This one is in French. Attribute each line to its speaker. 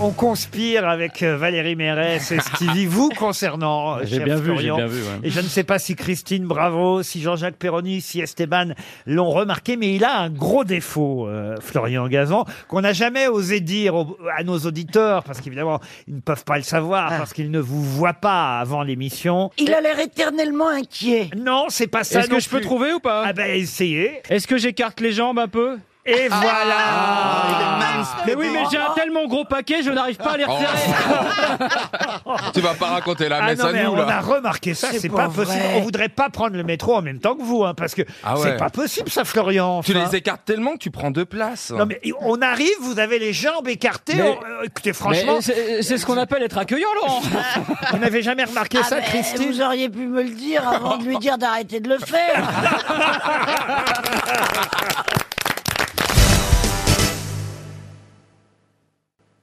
Speaker 1: On conspire avec euh, Valérie Mérès et Stevie, vous concernant. euh,
Speaker 2: J'ai
Speaker 1: cher
Speaker 2: bien vu, j'ai
Speaker 1: Florian.
Speaker 2: bien vu, ouais.
Speaker 1: Et je ne sais pas si Christine Bravo, si Jean-Jacques Perroni, si Esteban l'ont remarqué, mais il a un gros défaut, euh, Florian Gazan, qu'on n'a jamais osé dire au- à nos auditeurs, parce qu'évidemment, ils ne peuvent pas le savoir, parce qu'ils ne vous voient pas avant l'émission.
Speaker 3: Il a l'air éternellement inquiet.
Speaker 1: Non, c'est pas ça.
Speaker 2: Est-ce que
Speaker 1: non
Speaker 2: je peux
Speaker 1: plus.
Speaker 2: trouver ou pas
Speaker 1: Ah ben, essayez.
Speaker 2: Est-ce que j'écarte les jambes un peu
Speaker 1: Et voilà
Speaker 2: Mais oui, mais j'ai un tellement gros paquet, je n'arrive pas à les resserrer.
Speaker 4: Tu vas pas raconter la
Speaker 1: Ah
Speaker 4: messe
Speaker 1: non, mais
Speaker 4: à nous,
Speaker 1: on a
Speaker 4: là.
Speaker 1: remarqué ça,
Speaker 3: C'est
Speaker 1: c'est
Speaker 3: pas
Speaker 1: pas, possible.
Speaker 3: vrai.
Speaker 1: On voudrait pas prendre le métro en même temps que vous, hein, parce que
Speaker 4: Ah ouais.
Speaker 1: c'est pas possible ça, Florian.
Speaker 4: Tu
Speaker 1: enfin.
Speaker 4: les écartes tellement que tu prends deux places.
Speaker 1: Non mais on arrive, vous avez les jambes écartées.
Speaker 2: Mais-
Speaker 1: on- euh, écoutez, franchement,
Speaker 2: Mais C'est c'est ce qu'on appelle être accueillant, Laurent.
Speaker 1: vous n'avez jamais remarqué ça,
Speaker 3: Ah ben,
Speaker 1: Christine
Speaker 3: vous auriez pu me le dire avant de lui dire d'arrêter de le faire.